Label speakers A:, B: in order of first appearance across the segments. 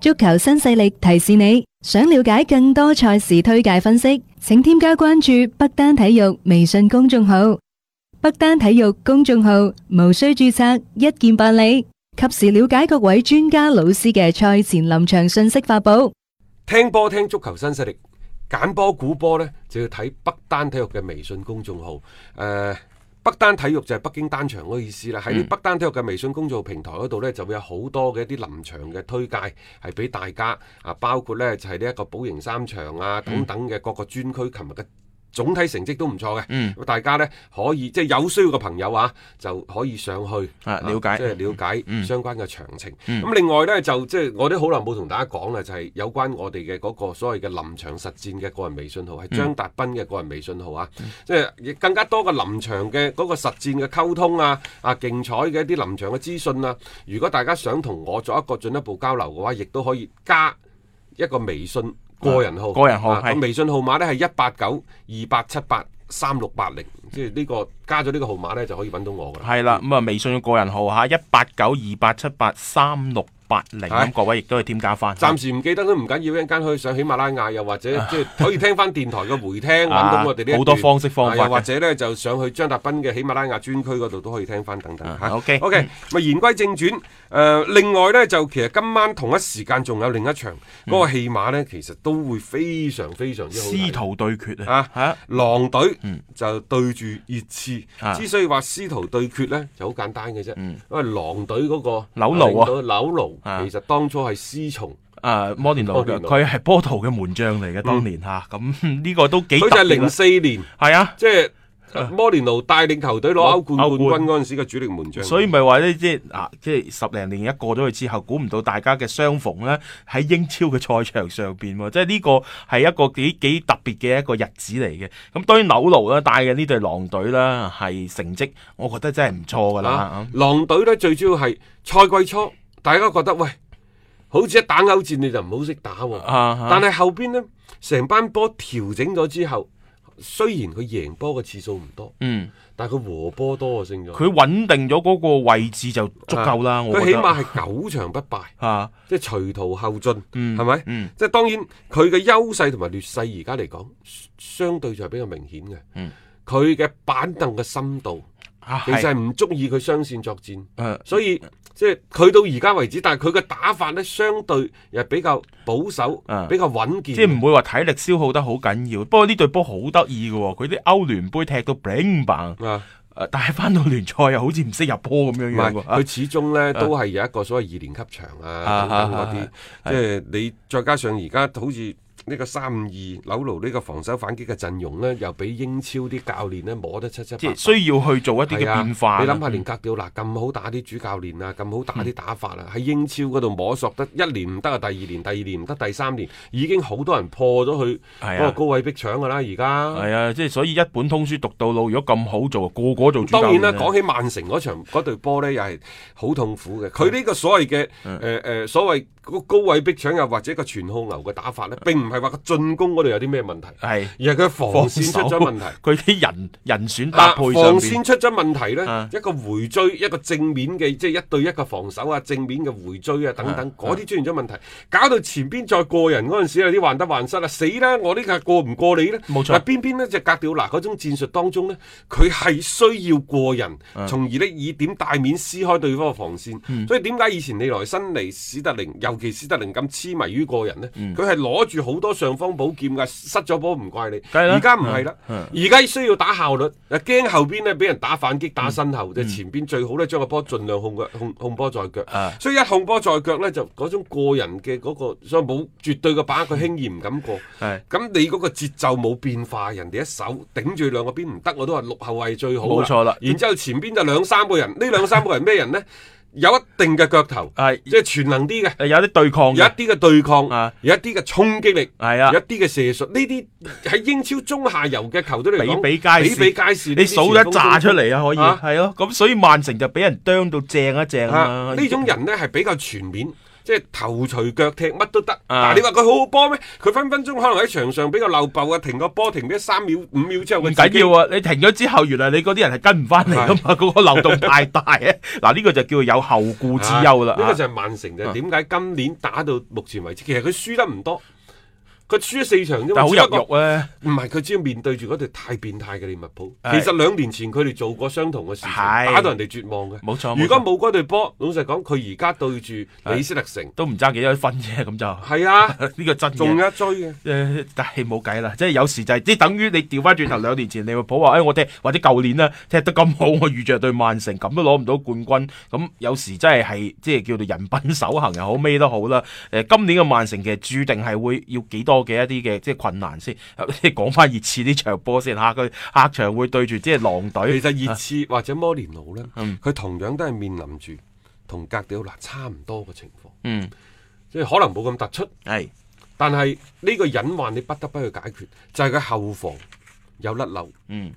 A: 足球新勢力提示你，想了解更多賽事推介分析，請添加關注北單體育微信公眾號。北單體育公眾號無需註冊，一鍵辦理，及時了解各位專家老師嘅賽前臨場信息發布。
B: 聽波聽足球新勢力，揀波估波呢，就要睇北單體育嘅微信公眾號。誒、呃北單體育就係北京單場嗰個意思啦。喺北單體育嘅微信公眾號平台嗰度呢，就會有好多嘅一啲臨場嘅推介，係俾大家啊，包括呢就係呢一個寶盈三場啊等等嘅各個專區，琴日嘅。總體成績都唔錯嘅，
C: 嗯
B: 咁大家呢可以即係有需要嘅朋友啊，就可以上去
C: 啊了解
B: 即係了解
C: 嗯
B: 相關嘅詳情。咁、
C: 嗯
B: 另外呢，就即係我都好耐冇同大家講啦，就係、有關我哋嘅嗰個所謂嘅臨場實戰嘅個人微信號，
C: 嗯
B: 係張達斌嘅個人微信號啊，即係亦更加多嘅臨場嘅嗰個實戰嘅溝通啊，啊競彩嘅一啲臨場嘅資訊啊。如果大家想同我作一個進一步交流嘅話，亦都可以加一個微信個人號，
C: 啊個人號
B: 啊
C: 係
B: 咁微信號碼呢係一八九二八七八三六八零，即係呢個加咗呢個號碼呢，就可以揾到我㗎啦。
C: 係啦，咁啊微信嘅個人號吓一八九二八七八三六八零，
B: 係
C: 咁各位亦都可以添加啊翻。
B: 暫時唔記得都唔緊要，一陣間可以上喜馬拉雅，又或者即係可以聽翻電台嘅回聽，揾到我哋呢一段
C: 啊好多方式方法
B: 啊又或
C: 嘅
B: 者呢，就上去張達斌嘅喜馬拉雅專區嗰度都可以聽翻等等
C: 啊
B: 嚇。
C: OK
B: OK，咪言歸正傳，誒、另外呢，就其實今晚同一時間仲有另一場嗰、
C: 嗯
B: 個戲碼呢，其實都會非常非常之好睇
C: 師徒對決啊
B: 啊，
C: 吓
B: 狼隊
C: 嗯
B: 就對住熱刺，
C: 啊
B: 之所以話師徒對決呢，就好簡單嘅啫，
C: 嗯
B: 因為狼隊嗰個
C: 紐奴
B: 領
C: 啊
B: 隊紐奴
C: 啊
B: 其實當初係師從，
C: 誒摩連奴
B: 摩連奴
C: 佢係波啊圖嘅門將嚟嘅，
B: 嗯
C: 當年吓咁 呢個都幾
B: 佢就係
C: 特別
B: 零
C: 啦。
B: 四年
C: 係啊，
B: 即係摩連奴帶領球隊攞歐冠
C: 攞歐
B: 冠
C: 冠
B: 軍嗰陣時嘅主力門將，
C: 所以咪話呢，即係啊，即係十零年一過咗去之後，估唔到大家嘅相逢呢，喺英超嘅賽場上邊喎，即係呢個係一個幾幾特別嘅一個日子嚟嘅。咁當然紐奴啦，帶嘅呢隊狼隊啦，係成績我覺得真係唔錯㗎啦
B: 啊。狼隊呢，最主要係賽季初大家覺得喂，好似一打歐戰你就唔好識打喎。
C: 啊
B: 但係後邊呢，成班波調整咗之後，雖然佢贏波嘅次數唔多，
C: 嗯，
B: 但係佢和波多啊，勝咗。
C: 佢穩定咗嗰個位置就足夠啦。我
B: 啊佢
C: 覺
B: 起
C: 得
B: 碼係九場不敗，
C: 啊，
B: 即係隨途後進，
C: 嗯
B: 係咪？
C: 嗯
B: 即係當然佢嘅優勢同埋劣勢而家嚟講，相對就係比較明顯嘅。
C: 嗯
B: 佢嘅板凳嘅深度
C: 啊
B: 其實呃係唔足以佢雙線作戰，
C: 誒
B: 所以即係佢到而家為止，但係佢嘅打法呢，相對又係比較保守，
C: 啊
B: 比較穩健。
C: 即係唔會話體力消耗得好緊要。不過呢隊波好得意嘅喎，佢啲歐聯杯踢到 bling bang，
B: 啊，
C: 誒但係翻到聯賽又好似唔識入波咁樣
B: 唔
C: 樣
B: 係
C: 喎。啊
B: 佢始終呢都係有一個所謂二年級場啊
C: 啊
B: 等等嗰啲
C: 啊，
B: 即係你再加上而家好似呢個三二紐奴呢個防守反擊嘅陣容呢，又俾英超啲教練呢摸得七七
C: 即
B: 八
C: 係
B: 八。
C: 需要去做一啲嘅
B: 係啊
C: 變化。嗯
B: 你諗下，連格調嗱咁好打啲主教練啊，咁好打啲打法啊，喺英超嗰度摸索得一年唔得啊，第二年、第二年唔得，第三年已經好多人破咗佢嗰
C: 係啊
B: 個高位逼搶噶啦，而家。
C: 係啊，即係所以一本通書讀到老，如果咁好做，個個做主教
B: 當
C: 練
B: 然啦，
C: 啊
B: 講起曼城嗰場嗰隊波呢，又係好痛苦嘅。佢呢個所謂嘅
C: 嗯
B: 誒誒所謂嗰個高位逼搶又或者個傳控流嘅打法呢，並唔係話個進攻嗰度有啲咩問題，
C: 係
B: 而係佢防
C: 防
B: 線
C: 線
B: 出咗問題。
C: 佢啲人人選
B: 啊
C: 搭配上
B: 防
C: 邊
B: 線出咗問題呢
C: 啊，
B: 一個回追，一個正面嘅即係一對一嘅防守啊，正面嘅回追啊等等，嗰啲出現咗問題，搞到前邊再過人嗰陣時有啲患得患失啦，死啦！我呢個過唔過你呢？
C: 冇錯
B: 但偏偏呢就格調嗱嗰種戰術當中呢，佢係需要過人，
C: 啊
B: 從而呢以點帶面撕開對方嘅防線。
C: 嗯
B: 所以點解以前利來新尼、史特靈，尤其史特靈咁痴迷於過人呢？
C: 嗯
B: 佢係攞住好多尚方寶劍㗎，失咗波唔怪你。
C: 梗係啦
B: 而家唔係啦，
C: 嗯
B: 而家需要打效率，啊驚後邊咧俾人打反擊
C: 嗯
B: 打身後，即係前邊最好咧將個波盡量控腳控控波在腳
C: 啊，
B: 所以一控波在腳咧就嗰種過人嘅嗰個，所以冇絕對嘅把握，佢輕易唔敢過。
C: 係
B: 咁你嗰個節奏冇變化，人哋一手頂住兩個邊唔得，我都話六後衞最好。
C: 冇錯啦嗯
B: 然之後前邊就兩三個人，呢兩三個人咩人 呢？有一定嘅腳頭，
C: 係
B: 即係全能啲嘅。
C: 誒有啲對抗
B: 有一
C: 嗯嘅，
B: 啲嘅對抗，
C: 啊
B: 有一啲嘅衝擊力，
C: 係啊
B: 有一啲嘅射術，呢啲喺英超中下游嘅球隊嚟講，
C: 比比皆是
B: 比比皆是。
C: 你數一紮出嚟
B: 啊
C: 啊，可以係咯。咁所以曼城就俾人啄到正一正
B: 啊
C: 啊！
B: 呢種人呢係比較全面，即係頭捶腳踢乜都得。
C: 啊
B: 但係你話佢好好波咩？佢分分鐘可能喺場上比較漏爆啊，停個波停咗三秒五秒之後，
C: 唔
B: 佢自己
C: 緊要啊！你停咗之後，原來你嗰啲人係跟唔翻嚟噶嘛，嗰個漏洞太大啊！嗱，呢個就叫有後顧之憂啦。
B: 呢、個
C: 啊
B: 就係曼城就
C: 啊
B: 係點解今年打到目前為止，其實佢輸得唔多，佢輸咗四場啫嘛。
C: 但好
B: 只不
C: 入
B: 過
C: 肉咧，
B: 唔係佢只要面對住嗰隊太變態嘅利物浦。其
C: 係
B: 實兩年前佢哋做過相同嘅事情，
C: 係
B: 打到人哋絕望嘅。
C: 冇錯。
B: 如果
C: 冇錯
B: 冇嗰隊波，老實講，佢而家對住李斯特城，
C: 都唔爭幾多分啫， 咁就
B: 係啊，
C: 呢個真嘅。
B: 仲有一追嘅。
C: 誒、但係冇計啦，即係有時就係、即係等於你調翻轉頭兩年前利物浦話，誒、哎我踢或者舊年啦啊踢得咁好，我遇着對曼城咁都攞唔到冠軍，咁有時真係係即係叫做人品守恒又好咩都好啦。誒、今年嘅曼城其實注定係會要幾多嘅一啲嘅即係困難先。即係講翻熱刺呢場波先嚇，佢客場會對住即係狼隊
B: 其，實熱刺或者摩連奴呢，
C: 哎啊嗯
B: 佢同樣都係面臨住同格迪奧拿差唔多嘅情況，
C: 嗯
B: 即係可能冇咁突出，
C: 係
B: 但係呢個隱患你不得不去解決，就係、佢後防有甩漏
C: 嗯，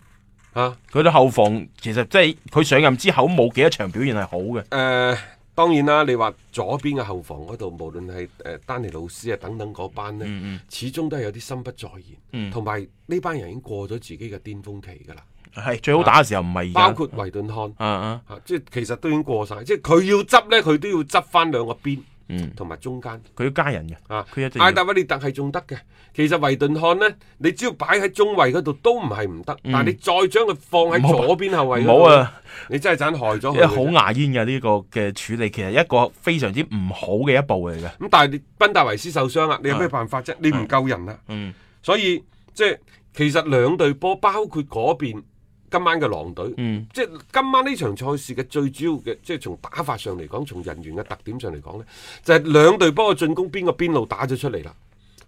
B: 啊。
C: 佢嘅後防其實即係佢上任之後冇幾多場表現係好嘅，
B: 誒、當然啦，你話左邊嘅後防嗰度，無論係誒丹尼老師啊等等嗰班呢，
C: 嗯
B: 始終都係有啲心不在
C: 嗯
B: 焉，同埋呢班人已經過咗自己嘅巔峰期㗎啦，
C: 嗯，係最好打嘅時候唔係而家，
B: 包括維頓漢。
C: 啊啊
B: 啊，即係其實都已經過晒，即係佢要執呢，佢都要執翻兩個邊
C: 嗯，
B: 同埋中間
C: 佢要加人嘅。
B: 啊。
C: 佢一定要
B: 艾達威列特係仲得嘅，其實維頓漢呢，你只要擺喺中衞嗰度都唔係唔得，但係你再將佢放喺
C: 唔好
B: 左邊後衞嗰
C: 唔
B: 度
C: 好啊！
B: 你真係盞害咗
C: 因為
B: 佢。
C: 好牙煙嘅呢個嘅處理，其實一個非常之唔好嘅一步嚟嘅。
B: 咁但係你賓戴維斯受傷啦，你有咩辦法啫？你唔夠人啦，
C: 嗯，
B: 所以即係其實兩隊波，包括嗰邊今晚嘅狼隊，
C: 嗯
B: 即係今晚呢場賽事嘅最主要嘅，即係從打法上嚟講，從人員嘅特點上嚟講呢，就係、兩隊波嘅進攻邊個邊路打咗出嚟啦，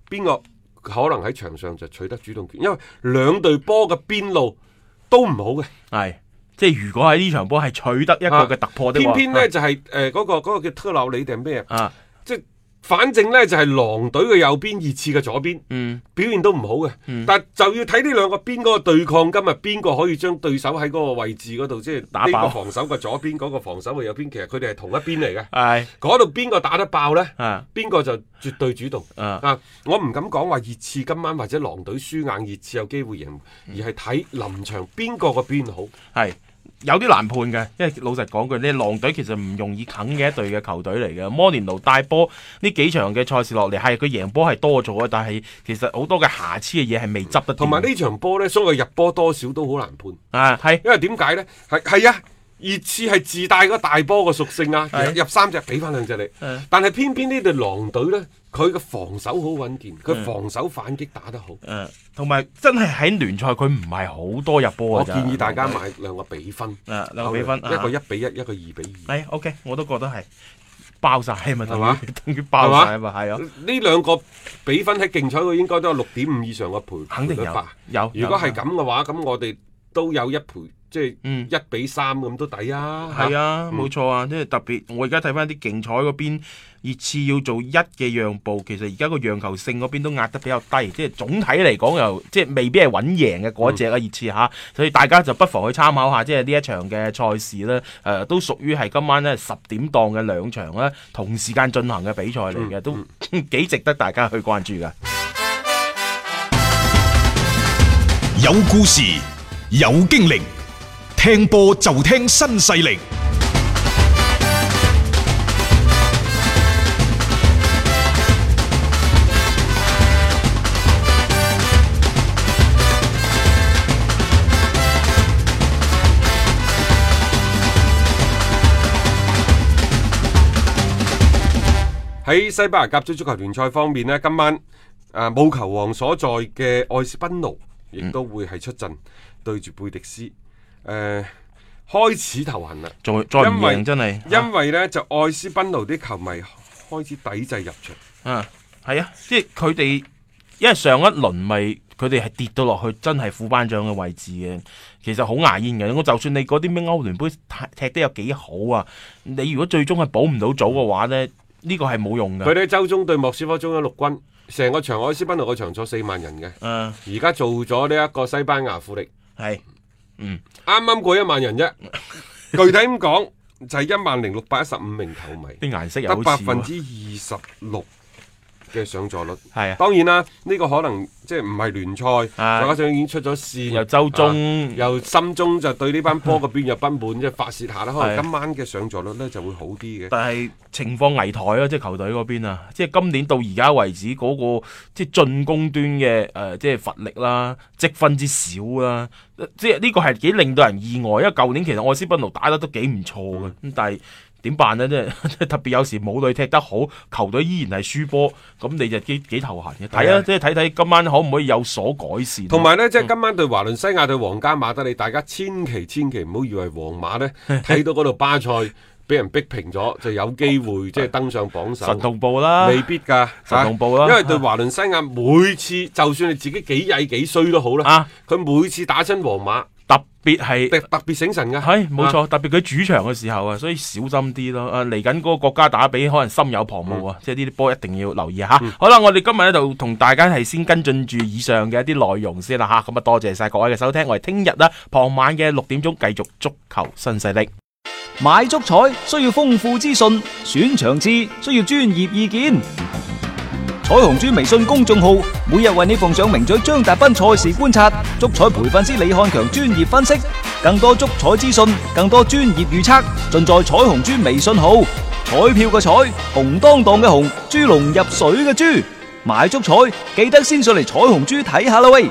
B: 邊個可能喺場上就取得主動權，因為兩隊波嘅邊路都唔好嘅。
C: 係，即係如果喺呢場波係取得一個嘅突破的
B: 偏
C: 話，
B: 啊偏呢，就係誒嗰個嗰、個叫特勞里定係咩啊？
C: 啊，
B: 即係反正呢，就係、狼隊嘅右邊，熱刺嘅左邊。
C: 嗯
B: 表現都唔好嘅，但就要睇呢兩個邊嗰個對抗，今日邊個可以將對手喺嗰個位置嗰度，即係
C: 打
B: 呢
C: 爆
B: 個防守嘅左邊，嗰、個防守嘅右邊，其實佢哋係同一邊嚟嘅。
C: 係
B: 嗰度邊個打得爆呢？
C: 啊
B: 邊個就絕對主動
C: 啊
B: 啊！我唔敢講話熱刺今晚或者狼隊輸硬，熱刺有機會贏，而
C: 嗯
B: 係睇臨場邊個個表現好。
C: 係。有啲難判嘅，因為老實講句，呢狼隊其實唔容易啃嘅一隊嘅球隊嚟嘅。摩連奴帶波呢幾場嘅賽事落嚟，係佢贏波係多咗，但係其實好多嘅瑕疵嘅嘢係未執得掂。
B: 同埋呢場波呢，所謂入波多少都好難判。
C: 啊，係
B: 因為點解呢？係係啊，熱刺係自帶嗰大波個屬性啊，其
C: 係
B: 實入三隻俾翻兩隻
C: 係
B: 你。但係偏偏呢隊狼隊呢，佢嘅防守好穩健，
C: 嗯
B: 佢防守反擊打得好。
C: 誒，同埋真係喺聯賽佢唔係好多入波
B: 我
C: 㗎咋
B: 建議大家買兩個比分，
C: 啊兩個比分
B: 一
C: 啊
B: 個一比一，一個二比二。
C: 係 OK，我都覺得係爆晒 啊嘛，
B: 係
C: 等於
B: 嘛
C: 等於爆晒啊嘛，係啊，
B: 呢兩個比分喺競彩，佢應該都有六點五以上嘅賠
C: 肯定
B: 賠率
C: 有
B: 吧
C: 有。
B: 如果係咁嘅話，咁我哋都有一賠，即係
C: 嗯
B: 一比三咁都抵啊。
C: 係
B: 啊，
C: 啊，冇錯啊，即係特別。我而家睇翻啲競彩嗰邊，熱刺要做一嘅讓步，其實而家個讓球勝嗰邊都壓得比較低，即係總體嚟講又即係未必係穩贏嘅嗰一隻
B: 嗯
C: 啊，熱刺嚇。所以大家就不妨去參考下，即係呢一場嘅賽事啦。誒、呃都屬於係今晚咧十點檔嘅兩場啦，同時間進行嘅比賽嚟
B: 嗯
C: 嘅，都 幾值得大家去關注㗎。
D: 有故事，有經歷，聽波就聽新勢力。
B: 喺西班牙甲組足球聯賽方面呢，今晚啊冇球王所在嘅愛斯賓奴亦都會係出陣對住貝迪斯。誒、開始頭痕啦，
C: 再再唔
B: 因為
C: 贏真啊係，
B: 因為呢就愛斯賓奴啲球迷開始抵制入場。
C: 啊，係啊，即係佢哋，因為上一輪咪佢哋係跌到落去真係副班長嘅位置嘅，其實好牙煙嘅。我就算你嗰啲咩歐聯杯踢踢得有幾好啊，你如果最終係保唔到組嘅話呢，呢、個係冇用
B: 佢
C: 嘅。
B: 哋周中對莫斯科中央陸軍，成個場愛斯賓奴個場坐四萬人嘅，
C: 嗯，
B: 而家做咗呢一個西班牙富力，
C: 係
B: 啱啱過一萬人啫。具體咁講，就係一萬零六百一十五名球迷，
C: 啲顏色又
B: 得
C: 好
B: 百
C: 似
B: 分
C: 喎，
B: 之二十六嘅上座率。
C: 係啊，
B: 當然啦，呢、個可能即係唔係聯賽，
C: 啊
B: 再加上已經出咗線，
C: 又周
B: 啊
C: 中
B: 又心中就對呢班波嘅邊有不滿，即係發泄下啦。可
C: 係
B: 能今晚嘅上座率呢就會好啲嘅。
C: 但係情況危殆咯，即係球隊嗰邊啊，即係今年到而家為止嗰、個即係進攻端嘅誒、呃即係乏力啦，積分之少啦，呃即係呢個係幾令到人意外，因為舊年其實愛斯賓奴打得都幾唔錯嘅，咁、
B: 嗯
C: 但係。點辦呢？即係 特別有時母女踢得好，球隊依然係輸波，咁你就幾幾頭痕嘅。睇
B: 係
C: 啊，
B: 啊
C: 即係睇睇今晚可唔可以有所改善。
B: 同埋呢，即係今晚對華倫西亞對皇家馬德里，大家千祈千祈唔好以為皇馬呢 睇到嗰度巴塞俾人逼平咗，就有機 會即係登上榜首。
C: 神同步啦，
B: 未必㗎，
C: 神同步啦
B: 因為對華倫西亞每次，就算你自己幾曳幾衰都好啦
C: 啊，
B: 佢每次打親皇馬，
C: 特別係
B: 特特別醒神㗎。
C: 係冇
B: 啊
C: 錯，特別佢主場嘅時候啊，所以小心啲咯。啊，嚟緊嗰個國家打比，可能心有旁騖啊，
B: 嗯
C: 即係呢啲波一定要留意下。好啦，我哋今日咧就同大家係先跟進住以上嘅一啲內容先啦吓，咁啊多謝晒各位嘅收聽，我哋聽日啦傍晚嘅六點鐘繼續足球新勢力。
E: 买足彩需要丰富资讯，选场次需要专业意见。彩虹猪微信公众号每日为你奉上名嘴张达斌赛事观察、足彩培训师李汉强专业分析，更多足彩资讯、更多专业预测，尽在彩虹猪微信号。彩票嘅彩，红当当嘅红，猪龙入水嘅猪，买足彩记得先上嚟彩虹猪睇下啦喂！